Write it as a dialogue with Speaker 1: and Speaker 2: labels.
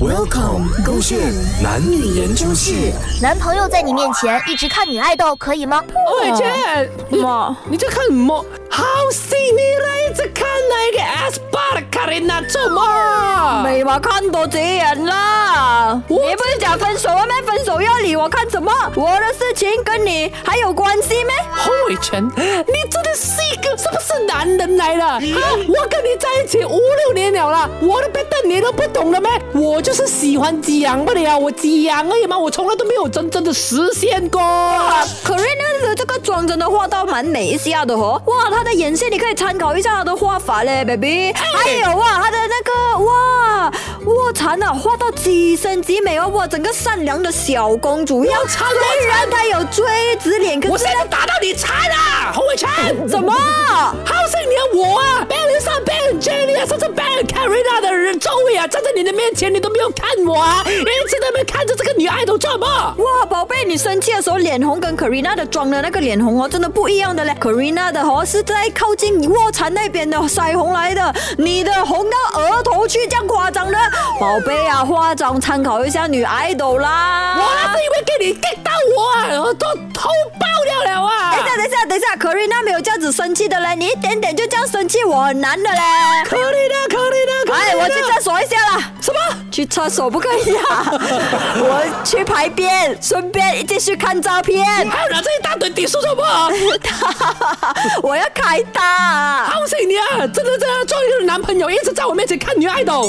Speaker 1: Welcome，勾线男女研究室。
Speaker 2: 男朋友在你面前一直看女爱豆，可以吗？
Speaker 3: 喂姐，
Speaker 4: 嘛
Speaker 3: 你在看什么？好戏你啦，一直看那个 S 八的卡琳娜做嘛？
Speaker 4: 没嘛，哦看多这人啦！你
Speaker 3: 我
Speaker 4: 不是讲分手了咩？分手要理我看什么？我的事情跟你还有关系咩？
Speaker 3: 洪伟全，你真的是一个是不是男人来了？啊，我跟你在一起五六年了啦，我的 b e 你都不懂了咩？我就是喜欢激昂不了，我激昂而已嘛，我从来都没有真正的实现过。
Speaker 4: 啊，可瑞娜的这个妆真的画到蛮美一下的哦。哇，她的眼线你可以参考一下她的画法嘞，baby。还有哇，她的那个哇卧蚕啊，画到极深极美哦。哇，整个善良的小公主要
Speaker 3: 蚕
Speaker 4: 虽
Speaker 3: 卧
Speaker 4: 然
Speaker 3: 蚕
Speaker 4: 她有锥子脸，可
Speaker 3: 我
Speaker 4: 是
Speaker 3: 现在打到你残啦，洪伟全，
Speaker 4: 怎么？
Speaker 3: 好胜你和我啊，ban 上 ban Jenny 啊，甚至 ban Carina 的人周围啊，站在你的面前，你都没有看我啊，你一直在那边看着这个女爱豆做么？
Speaker 4: 哇，宝贝，你生气的时候脸红跟 Karina 的妆的那个脸红哦，真的不一样的嘞。Karina 的哦是在靠近你卧蚕那边的腮红来的，你的红到额头去，这样夸张的。宝贝啊，化妆参考一下女 idol 啦。
Speaker 3: 我那是因为给你 get 到我啊，我都头爆掉了啊！
Speaker 4: 哎等一下，等一下，等一下，Karina 没有这样子生气的嘞，你一点点就这样生气，我很难的嘞。
Speaker 3: 可怜啊的，可怜的，可
Speaker 4: 哎，
Speaker 3: 怜
Speaker 4: 我
Speaker 3: 的。
Speaker 4: 去厕所一下啦。
Speaker 3: 什么？
Speaker 4: 去厕所不可以啊！我去排便，顺便继续看照片。
Speaker 3: 还有拿这一大堆底数做啊么？
Speaker 4: 我要开大啊。
Speaker 3: 好死你啊！真的真的，做一个男朋友一直在我面前看女爱豆。